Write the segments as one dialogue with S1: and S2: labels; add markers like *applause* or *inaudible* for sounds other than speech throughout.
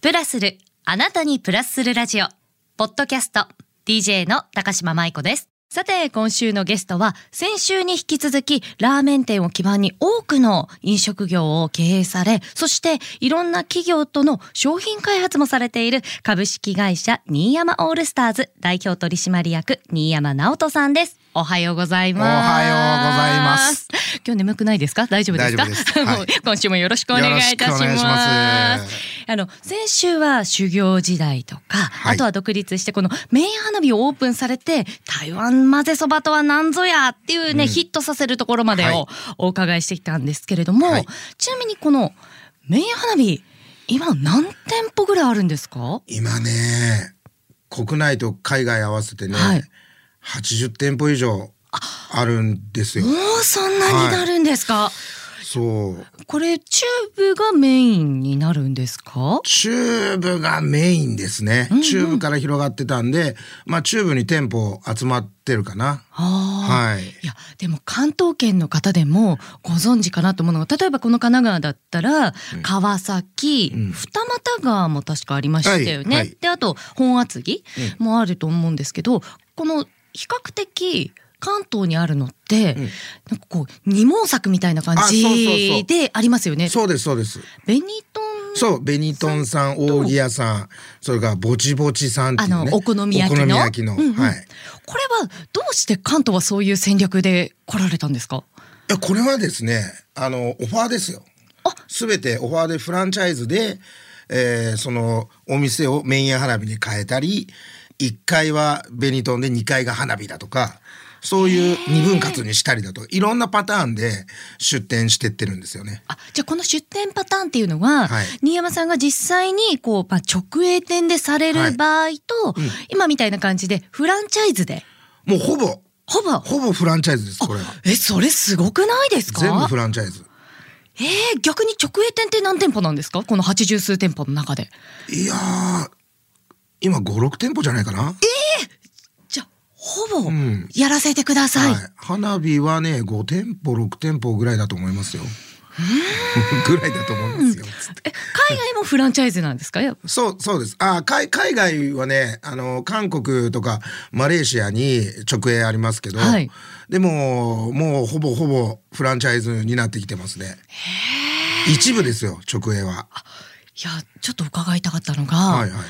S1: プラスる、あなたにプラスするラジオ、ポッドキャスト、DJ の高島舞子です。さて、今週のゲストは、先週に引き続き、ラーメン店を基盤に多くの飲食業を経営され、そして、いろんな企業との商品開発もされている、株式会社、新山オールスターズ代表取締役、新山直人さんです。おはようございます。
S2: おはようございます。
S1: 今日眠くないですか大丈夫ですか
S2: 大丈夫ですはい
S1: *laughs* もう今週もよろしくお願いいたします
S2: よろしくお願いします
S1: あの先週は修行時代とか、
S2: はい
S1: あとは独立してこのメイン花火をオープンされて台湾混ぜそばとは何ぞやっていうね、ヒットさせるところまで
S2: はい
S1: をお伺いしてきたんですけれども、
S2: はい
S1: ちなみにこのメイン花火今何店舗ぐらいあるんですか
S2: 今ね国内と海外合わせてね、
S1: はい
S2: 80店舗以上あるんですよ
S1: も。うそんなになるんですか、
S2: そう
S1: これチューブがメインになるんですか
S2: チューブがメインですね、
S1: うんうん
S2: チューブから広がってたんでまあチューブに店舗集まってるかな。
S1: あー
S2: はい、
S1: いやでも関東圏の方でもご存知かなと思うのが例えばこの神奈川だったら川崎、
S2: うん
S1: 二俣川も確かありましたよね。
S2: はいはい
S1: であと本厚木もあると思うんですけど、この比較的関東にあるのって、
S2: うん
S1: なんかこう二毛作みたいな感
S2: あそうそうそ
S1: じ
S2: う
S1: でありますよね。
S2: そうですそうです。
S1: ベニトン
S2: そうベニトンさん扇屋さんそれからぼちぼちさんっていうね
S1: あのお好み焼きの
S2: お好み焼きの
S1: うんうん
S2: はい。
S1: これはどうして関東はそういう戦略で来られたんですか
S2: いやこれはですねあのオファーですよ
S1: あ。
S2: すべてオファーでフランチャイズで、えーそのお店をメイン花火に変えたり1階はベニトンで2階が花火だとかそういう二分割にしたりだとかいろんなパターンで出店してってるんですよね。
S1: あじゃあこの出店パターンっていうのは、
S2: はい
S1: 新山さんが実際にこう、まあ、直営店でされる場合と、
S2: いうん
S1: 今みたいな感じでフランチャイズで
S2: もうほぼ
S1: ほぼ
S2: ほぼフランチャイズですこれは
S1: えそれすごくないですか
S2: 全部フランチャイズ。
S1: えー逆に直営店って何店舗なんですかこの80数店舗の中で
S2: いやー今56店舗じゃないかな。
S1: じゃあほぼ
S2: うん
S1: やらせてください、
S2: はい、花火はね5店舗6店舗ぐらいだと思いますよ。 *laughs* ぐらいだと思いますよ。
S1: え海外もフランチャイズなんですかやっぱ
S2: そうそうです。あ海海外はねあの韓国とかマレーシアに直営ありますけど、
S1: はい
S2: でももうほぼほぼフランチャイズになってきてますね。一部ですよ直営は。
S1: いやちょっと伺いたかったのが、
S2: はいはい。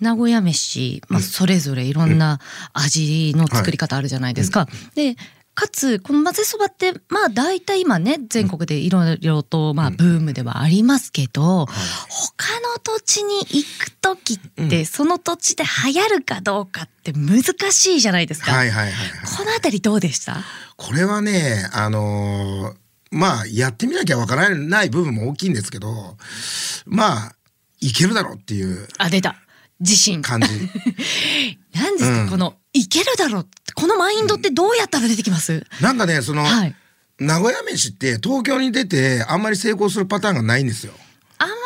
S1: 名古屋飯、まあ、それぞれいろんな味の作り方あるじゃないですか。でかつこの混ぜそばってまあ大体今ね全国でいろいろとまあブームではありますけど、他の土地に行く時ってその土地で流行るかどうかって難しいじゃないですか。
S2: はいはいはい、はい。
S1: このあたりどうでした
S2: これはねあのーまあやってみなきゃわからない部分も大きいんですけどまあいけるだろうっていう
S1: あ出た自信
S2: 感じ。
S1: 何ですか、
S2: うん
S1: この「いけるだろ」うってこのマインドってどうやったら出てきます、
S2: なんかねその、
S1: はい
S2: 名古屋飯って東京に出てあんまり成功するパターンがないんですよ。
S1: あまり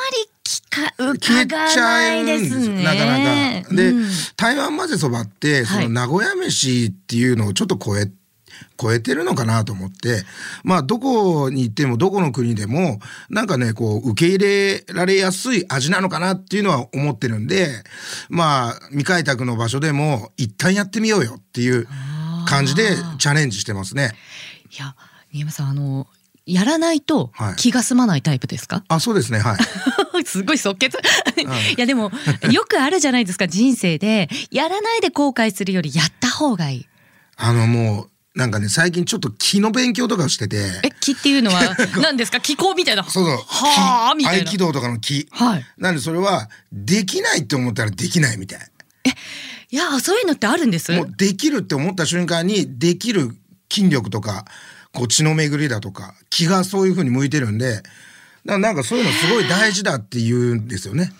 S1: 聞か、
S2: 消
S1: 伺
S2: えち
S1: わな
S2: ゃ
S1: い
S2: うんで
S1: です
S2: よ
S1: すね。
S2: なかなか。で、
S1: うん
S2: 台湾混ぜそばってそ
S1: は
S2: の
S1: い
S2: 名古屋飯っていうのをちょっと超え超えてるのかなと思ってまあどこに行ってもどこの国でもなんかねこう受け入れられやすい味なのかなっていうのは思ってるんでまあ未開拓の場所でも一旦やってみようよっていう感じでチャレンジしてますね。
S1: いや、新山さん、あの、やらないと
S2: はい
S1: 気が済まないタイプですか、
S2: あそうですねはい。
S1: *laughs* すごい即決。い
S2: ん
S1: や、
S2: *laughs*
S1: でも、よくあるじゃないですか、人生で。やらないで後悔するより、やった方がいい。
S2: あのもうなんかね最近ちょっと気の勉強とかをしてて。
S1: え、気っていうの
S2: *laughs*
S1: は、何ですか気候みたいな。
S2: そうそう。
S1: はあ、
S2: 木
S1: みたいな
S2: 合気。道とかの木。
S1: はい。
S2: なんでそれはできないって思ったらできないみたい。
S1: いや、そういうのってあるんです。
S2: もうできるって思った瞬間にできる筋力とかこう血の巡りだとか気がそういう風に向いてるんで。ななんかそういうのすごい大事だって言うんですよね。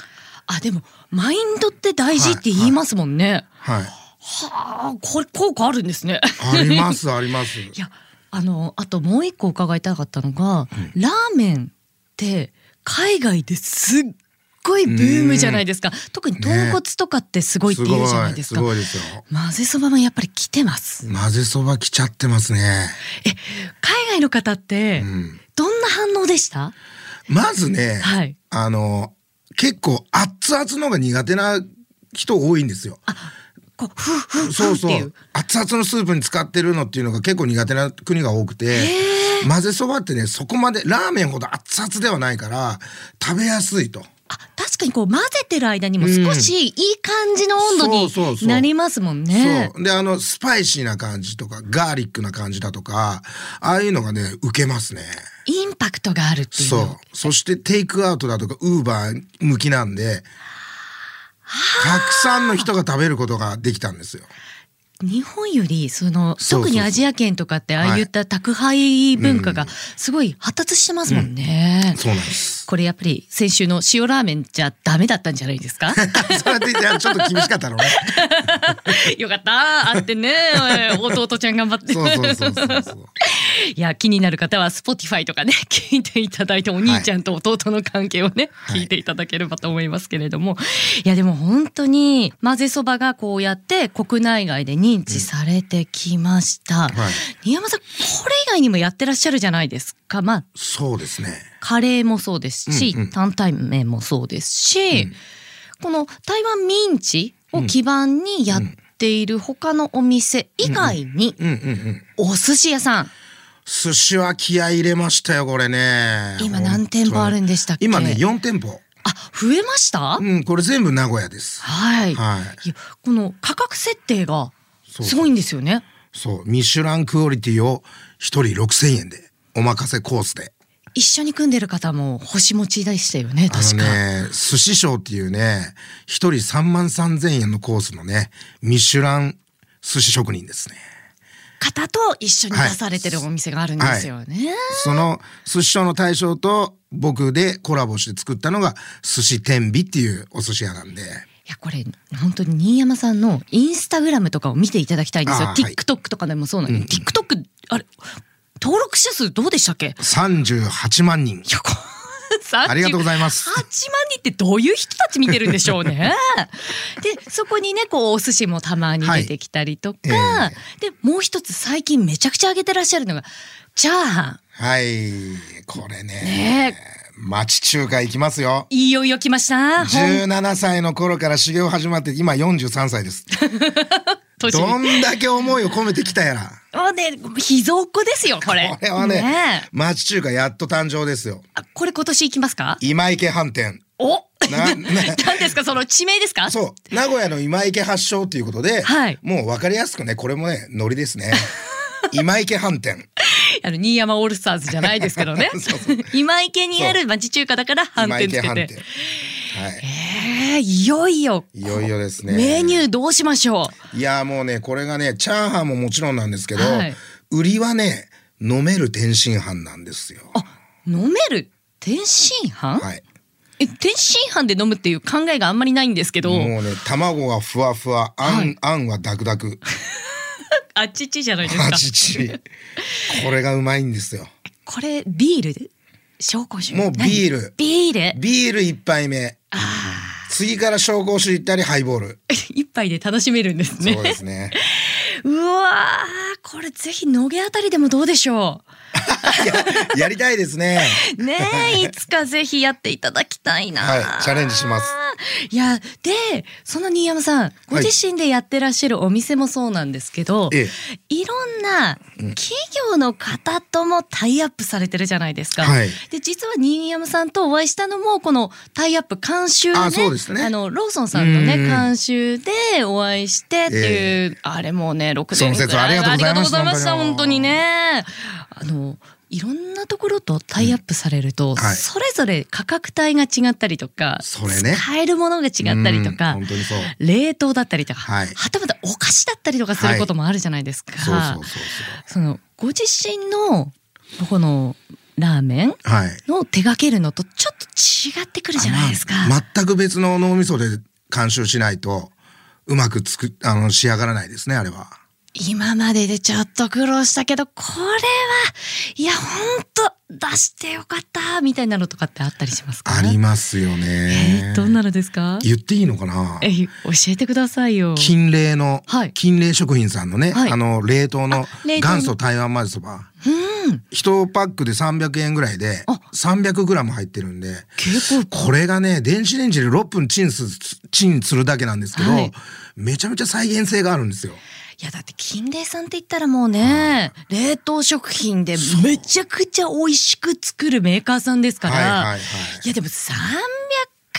S1: あ、でも、マインドって大事って言いますもんね。 *laughs*
S2: はい。
S1: はあ、これ効果あるんですね。
S2: ありますあります。
S1: いやあのあともう一個伺いたかったのが、ラーメンって海外ですっごいブームじゃないですか特に豚骨とかってすごいっていうじゃないです
S2: す
S1: か、
S2: ごいですよ。
S1: 混ぜそばもやっぱり来てます
S2: 混ぜそば来ちゃってますね。
S1: 海外の方って
S2: うん。
S1: どんな反応でした、
S2: まずね、
S1: はい
S2: あの結構熱々のが苦手な人多いんですよ。
S1: こうふうふうふ
S2: そうう
S1: って
S2: そ
S1: いう
S2: う熱々のスープに使ってるのっていうのが結構苦手な国が多くて混ぜそばってねそこまでラーメンほど熱々ではないから食べやすいと。
S1: あ確かにこう混ぜてる間にも少しいい感じの温度
S2: そうそうそ
S1: に
S2: う
S1: なりますもんね。
S2: そうであのスパイシーな感じとかガーリックな感じだとかああいうのがね受けますね。
S1: インパクトがあるっていう。
S2: そうそしてテイクアウトだとかウーバー向きなんでたくさんの人が食べることができたんですよ。
S1: 日本よりその
S2: そうそうそ
S1: 特
S2: う
S1: にアジア圏とかってああいった宅配文化がすごい発達してますもんね。
S2: そうなんです。
S1: これやっぱり先週の塩ラーメンじゃダメだったんじゃないです
S2: *laughs*
S1: か
S2: それでいやちょっと厳しかったのね。
S1: よかったあってね
S2: *laughs*
S1: 弟ちゃん頑張って
S2: そうそうそうそうそう。
S1: いや気になる方は Spotify とかね *laughs* 聞いていただいてお兄ちゃんと弟の関係をね、
S2: はい
S1: 聞いていただければと思いますけれども、い、やでも本当に混ぜそばがこうやって国内外で認知されてきました、
S2: はい
S1: 新山さんこれ以外にもやってらっしゃるじゃないですかまあ
S2: そうですね。
S1: カレーもそうですし、
S2: うんうん
S1: 単体麺もそうですし、この台湾ミンチを基盤にやっている他のお店以外に
S2: うんうんうん。
S1: お寿司屋さん
S2: 寿司は気合い入れましたよこれね。
S1: 今何店舗あるんでしたっけ
S2: 今ね四店舗。
S1: あ増えました、
S2: うんこれ全部名古屋です。
S1: はい、
S2: はい
S1: やこの価格設定が
S2: そう
S1: すごいんですよね
S2: そうミシュランクオリティを一人六千円でお任せコースで。
S1: 一緒に組んでる方も星持ちでしたよね
S2: あ
S1: 確
S2: の
S1: か、
S2: ね、寿司ショーっていうね、一人3万3千円のコースのね、ミシュラン寿司職人ですね。
S1: 方と一緒に出されてるお店があるんですよね、
S2: その寿司ショーの大将と僕でコラボして作ったのが寿司天美っていうお寿司屋なんで。
S1: いやこれ本当に新山さんのインスタグラムとかを見ていただきたいんですよ。
S2: あーはい
S1: TikTok とかでもそうなのに、TikTok あれ登録者数どうでしたっけ？い
S2: 38万人。
S1: やこ30
S2: ありがとうございます
S1: 8万人ってどういう人たち見てるんでしょう
S2: *laughs*
S1: ね。でそこにねこうお寿司もたまに出てきたりとか、
S2: はい
S1: でもう一つ最近めちゃくちゃ上げてらっしゃるのがチャーハン。
S2: はい。これね。
S1: ね
S2: 町中華行きますよ。
S1: いよいよ来ました。本
S2: 17歳の頃から修行始まって今43歳です。
S1: 当に
S2: どんだけ思いを込めてきたやら。
S1: もうね秘蔵っ子ですよこれ。
S2: *laughs* これはね
S1: ねえ
S2: 町中華やっと誕生ですよ。
S1: あこれ今年行きますか？
S2: 今池飯店。
S1: お *laughs*
S2: なな
S1: 何ですかその地名ですか
S2: そう名古屋の今池発祥ということで、
S1: はい
S2: もう分かりやすくねこれもねノ
S1: *laughs*
S2: リですね今池飯店
S1: あの新山オールスターズじゃないですけどね
S2: *laughs* そうそう
S1: 今池にある町中華だから反
S2: 今
S1: 転
S2: 池
S1: つけ
S2: 飯店
S1: て
S2: はい
S1: えー、いよいよ
S2: いよいよですね
S1: メニューどうしましょ
S2: いやもうねこれがねチャーハンももちろんなんですけど、
S1: はい
S2: 売りはね飲める天津飯なんですよ
S1: うあ飲める天津飯、
S2: はい
S1: え天津飯で飲むっていう考えがあんまりないんですけど
S2: もうね卵がふわふわあん、
S1: はい
S2: あんはダクダ
S1: *laughs*
S2: ク
S1: あっちっちじゃないですか
S2: マジチこれがうまいんですよ
S1: これビールで紹興酒
S2: もうビール
S1: 何ビール
S2: ビール一杯目次から紹興酒行ったりハイボール
S1: 一杯で楽しめるんですね
S2: そうですね
S1: うわーこれぜひ野毛あたりでもどうでしょう
S2: やりたいで
S1: *laughs*
S2: すね。
S1: ね
S2: *laughs*
S1: え、いつかぜひやっていただきたいな。
S2: はいチャレンジします。
S1: いや、で、その新山さん、ご自身でやってらっしゃるお店もそうなんですけど、
S2: え
S1: い、ろんな企業の方ともタイアップされてるじゃないですか。
S2: はい
S1: で、実は新山さんとお会いしたのも、このタイアップ監修ね。
S2: あそうですね
S1: あの、ローソンさんのね、
S2: うん
S1: 監修でお会いしてっていう、あれもね、6年
S2: そ
S1: く
S2: の節は
S1: ら
S2: あ
S1: い
S2: りがとうございました
S1: ありがとうございました、本
S2: 本
S1: 当
S2: 当
S1: に
S2: に
S1: ね。あの、いろんなところとタイアップされると、
S2: はい
S1: それぞれ価格帯が違ったりとか、
S2: それね
S1: 使えるものが違ったりとか
S2: うん、本当にそう。
S1: 冷凍だったりとか、
S2: はい
S1: はたまたお菓子だったりとかすることもあるじゃないですか。
S2: そうそうそうそ
S1: そのご自身のこのラーメン
S2: う。はい。
S1: の手掛けるのとちょっと違ってくるじゃないですか。
S2: あまあ全く別の脳みそで監修しないとうまくつくあの仕上がらないですねあれは。
S1: 今まででちょっと苦労したけど、これは、いや、ほんと、出してよかった、みたいなのとかってあったりしますか
S2: ありますよね
S1: え。ーどんなのですか
S2: 言っていいのかな
S1: え、教えてくださいよ。
S2: 金冷の、
S1: はい
S2: 金冷食品さんのね、
S1: はい
S2: あの冷凍の
S1: あ冷凍の
S2: 元祖台湾まぜそば
S1: うん。
S2: 1パックで300円ぐらいで
S1: あ
S2: 300g 入ってるんで
S1: 結構、
S2: これがね電子レンジで6分チンすチンするだけなんですけど、
S1: はい
S2: めちゃめちゃ再現性があるんですよ。
S1: いやだって金麗さんって言ったらもうね、冷凍食品でめちゃくちゃ美味しく作るメーカーさんですから、
S2: はい
S1: い
S2: はいはい
S1: やでも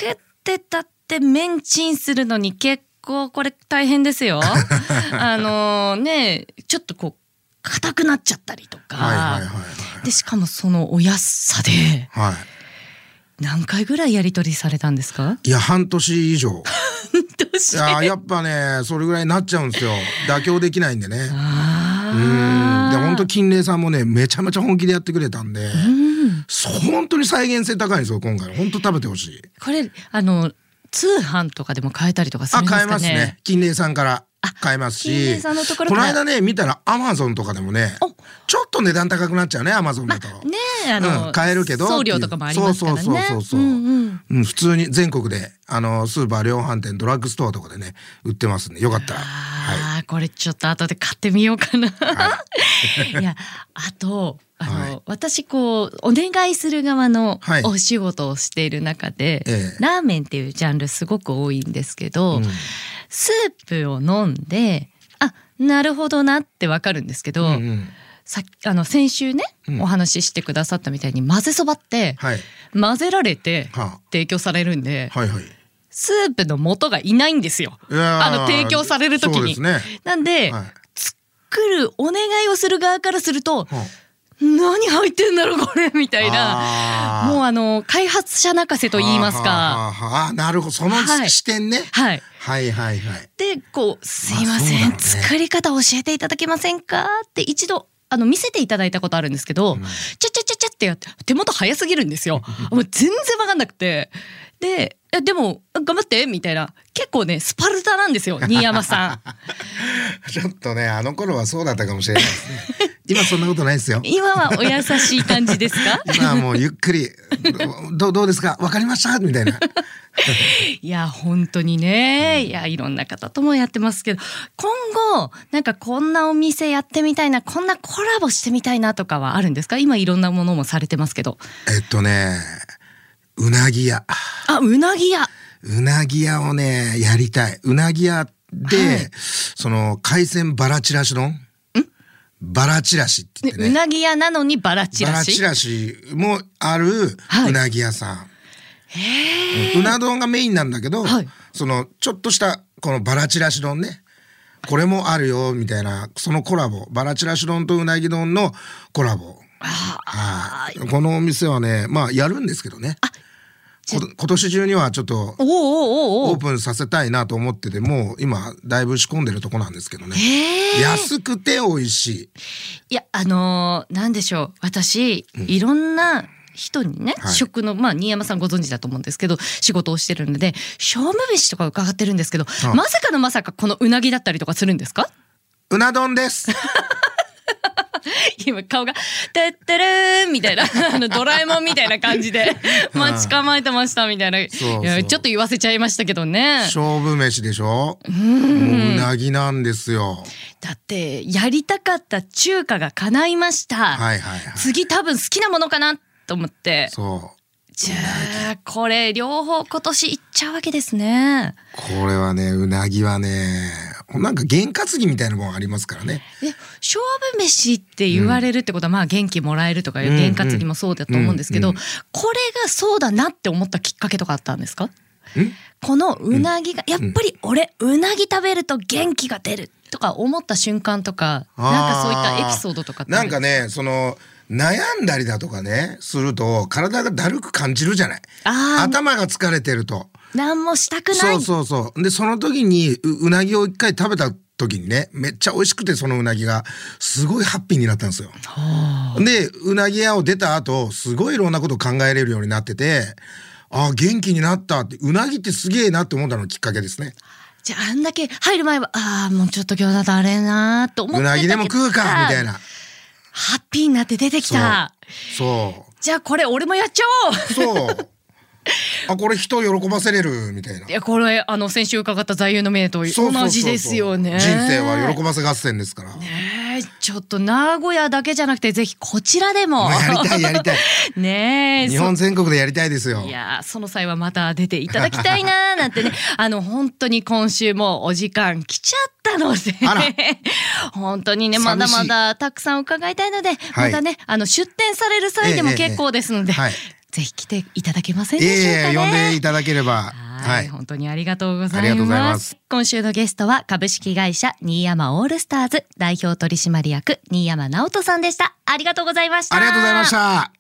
S1: 300ってだってメンチンするのに結構これ大変です
S2: *laughs*
S1: よ。あのねちょっとこう硬くなっちゃったりとか、
S2: はいはいはいはい
S1: でしかもそのお安さで
S2: は
S1: 何回ぐらいやり取りされたんですか
S2: い、いや半年
S1: *laughs*
S2: 以上
S1: どうし
S2: い
S1: て
S2: ややっぱねそれぐらいになっちゃうんですよ妥協できないんでねうん
S1: あ
S2: で
S1: ー
S2: 本当金麗さんもねめちゃめちゃ本気でやってくれたんで、
S1: うん
S2: 本当に再現性高いんですよ今回本当食べてほしい
S1: これあの通販とかでも買えたりとかする
S2: あ
S1: んですか
S2: 買
S1: ね。
S2: えますね。金麗さんから買えますし
S1: 金麗さんのところ
S2: こ
S1: か
S2: の
S1: ら
S2: 間ね見たらアマゾンとかでもね
S1: お
S2: ちょっと値段高くなっちゃうねアマゾンだと、
S1: ねえあの、
S2: うん買えるけど
S1: 送料とかもありますからね。
S2: そうそうそうそう
S1: うんうん
S2: うん、普通に全国であのスーパー量販店ドラッグストアとかでね売ってますんでよかったらは
S1: ああ、これちょっと後で買ってみようかな。、
S2: い、は
S1: *laughs*
S2: い
S1: や、あと、あの、
S2: はい
S1: 私こう、お願いする側の
S2: はい
S1: お仕事をしている中で、
S2: ええ
S1: ラーメンっていうジャンルすごく多いんですけど、
S2: うん
S1: スープを飲んで、あ、なるほどなってわかるんですけど、
S2: いうんうん
S1: さっきあの先週ね、
S2: うん
S1: お話ししてくださったみたいに混ぜそばって
S2: はい
S1: 混ぜられて
S2: は
S1: 提供されるんで、
S2: あ、はいはい
S1: スープの素がいないんですよ。
S2: いやー
S1: あの提供される時に
S2: そうですね、
S1: なんで、
S2: はい
S1: 来るお願いをする側からすると
S2: うん
S1: 何入ってんだろうこれみたいな
S2: あー
S1: もうあの開発者泣かせと言いますか。
S2: あーはーはーはーあーなるほどその
S1: はい
S2: 視点ね、
S1: はい
S2: はい、はいはい
S1: でこう「すいませ
S2: ま
S1: ん、
S2: あそうだろうね
S1: 作り方教えていただけませんか?」って一度あの見せていただいたことあるんですけど、
S2: うん
S1: ちゃちゃちゃちゃってやって手元早すぎるん
S2: *laughs*
S1: ですよ。もう全然分かんなくてでえでも頑張ってみたいな結構ねスパルタなんです
S2: *laughs*
S1: よ新山さん。
S2: ちょっとねあの頃はそうだったかもしれないですね
S1: *laughs*
S2: 今そんなことないですよ
S1: 今はお優しい感じです
S2: *laughs*
S1: か
S2: 今はもうゆっくりどどうですかわかりましたみたいな
S1: いや本当にねいやいろんな方ともやってますけど今後なんかこんなお店やってみたいなこんなコラボしてみたいなとかはあるんですか今いろんなものもされてますけど
S2: えっとねうなぎ屋
S1: あうなぎ屋
S2: うなぎ屋をねやりたいうなぎ屋で、
S1: はい
S2: その海鮮バラチラシ丼バラチラシって言って
S1: う
S2: ね
S1: なぎ屋なのにバラチ
S2: バ
S1: ラ
S2: ラ
S1: シ
S2: チラシもある
S1: はいう
S2: なぎ屋さん、
S1: へ
S2: うな丼がメインなんだけど、
S1: はい
S2: そのちょっとしたこのバラチラシ丼ねこれもあるよみたいなそのコラボバラチラシ丼とうなぎ丼のコラボ
S1: あ
S2: はいこのお店はねまあやるんですけどね
S1: じゃ
S2: こ今年中にはちょっと
S1: おーおーおーお
S2: オ
S1: お
S2: ープンさせたいなと思っててもう今だいぶ仕込んでるとこなんですけどね
S1: へえ
S2: 安くて美味しい
S1: いやあのーなんでしょう私、いろんな人にね、
S2: はい
S1: 食のまあ新山さんご存知だと思うんですけど仕事をしてるので勝負飯とか伺ってるんですけど
S2: あ
S1: まさかのまさかこのうなぎだったりとかするんですか *laughs*
S2: うな丼です
S1: 今顔が「てってるーん」みたいな *laughs* あのドラえもんみたいな感じで待ち構えてましたみたいな
S2: そうそう
S1: いやちょっと言わせちゃいましたけどね
S2: 勝負飯でしょもううなぎなんですよ
S1: だってやりたかった中華が叶いました、
S2: はいはいはい
S1: 次多分好きなものかなと思って
S2: そう
S1: じゃあこれ両方今年いっちゃうわけですね。
S2: これはねうなぎはねなんか験担ぎみたいなもんありますからね
S1: え勝負飯って言われるってことは、まあ元気もらえるとかい
S2: うん
S1: う験担ぎもそうだと思うんですけど、
S2: うん
S1: これがそうだなって思ったきっかけとかあったんですか
S2: ん
S1: このうなぎが、やっぱり俺うなぎ食べると元気が出るとか思った瞬間とかなんかそういったエピソードとかってある
S2: なん
S1: んです
S2: かねその悩んだりだとかねすると体がだるく感じるじゃない
S1: あー
S2: 頭が疲れてると
S1: 何もしたくな
S2: そ
S1: いう
S2: そうそうでその時にううなぎを一回食べた時にねめっちゃ美味しくてそのうなぎがすごいハッピーになったんですよ。でうなぎ屋を出た後すごいいろんなこと考えれるようになっててあー元気になったってうなぎってすげえなって思ったのがきっかけですね。
S1: じゃああんだけ入る前はああもうちょっと餃子だれなーと思って
S2: う
S1: た
S2: なぎでも食うかみたい
S1: な
S2: な
S1: ハッピーになって出てきた
S2: そ
S1: じゃあこれ俺もやっちゃおう *laughs*
S2: うそうあこれ人を喜ばせれるみたいない
S1: やこれあの先週伺った座右の銘と
S2: そうそうそうそう
S1: 同じですよね
S2: 人生は喜ばせ合戦ですから、
S1: ねえちょっと名古屋だけじゃなくてぜひこちらでも
S2: まあやりたいやりたい
S1: *laughs* ねえ
S2: 日本全国でやりたいですよ
S1: いやーその際はまた出ていただきたいな
S2: *laughs*
S1: ーなんてねあの本当に今週もお時間来ちゃったので
S2: あら
S1: *laughs* 本当にねまだ
S2: 寂しい
S1: まだたくさん伺いたいので、
S2: はい
S1: またねあの出店される際でも
S2: ええええ
S1: 結構ですので、 *laughs*
S2: はい
S1: ぜひ来ていただけません
S2: い
S1: でしょうか
S2: え
S1: ね。
S2: いえ呼んでいただければ
S1: は
S2: はいい
S1: 本当にありがとうござ
S2: あ
S1: います
S2: りがとうございます
S1: 今週のゲストは株式会社新山オールスターズ代表取締役新山直人さんでしたありがとうございました
S2: ありがとうございました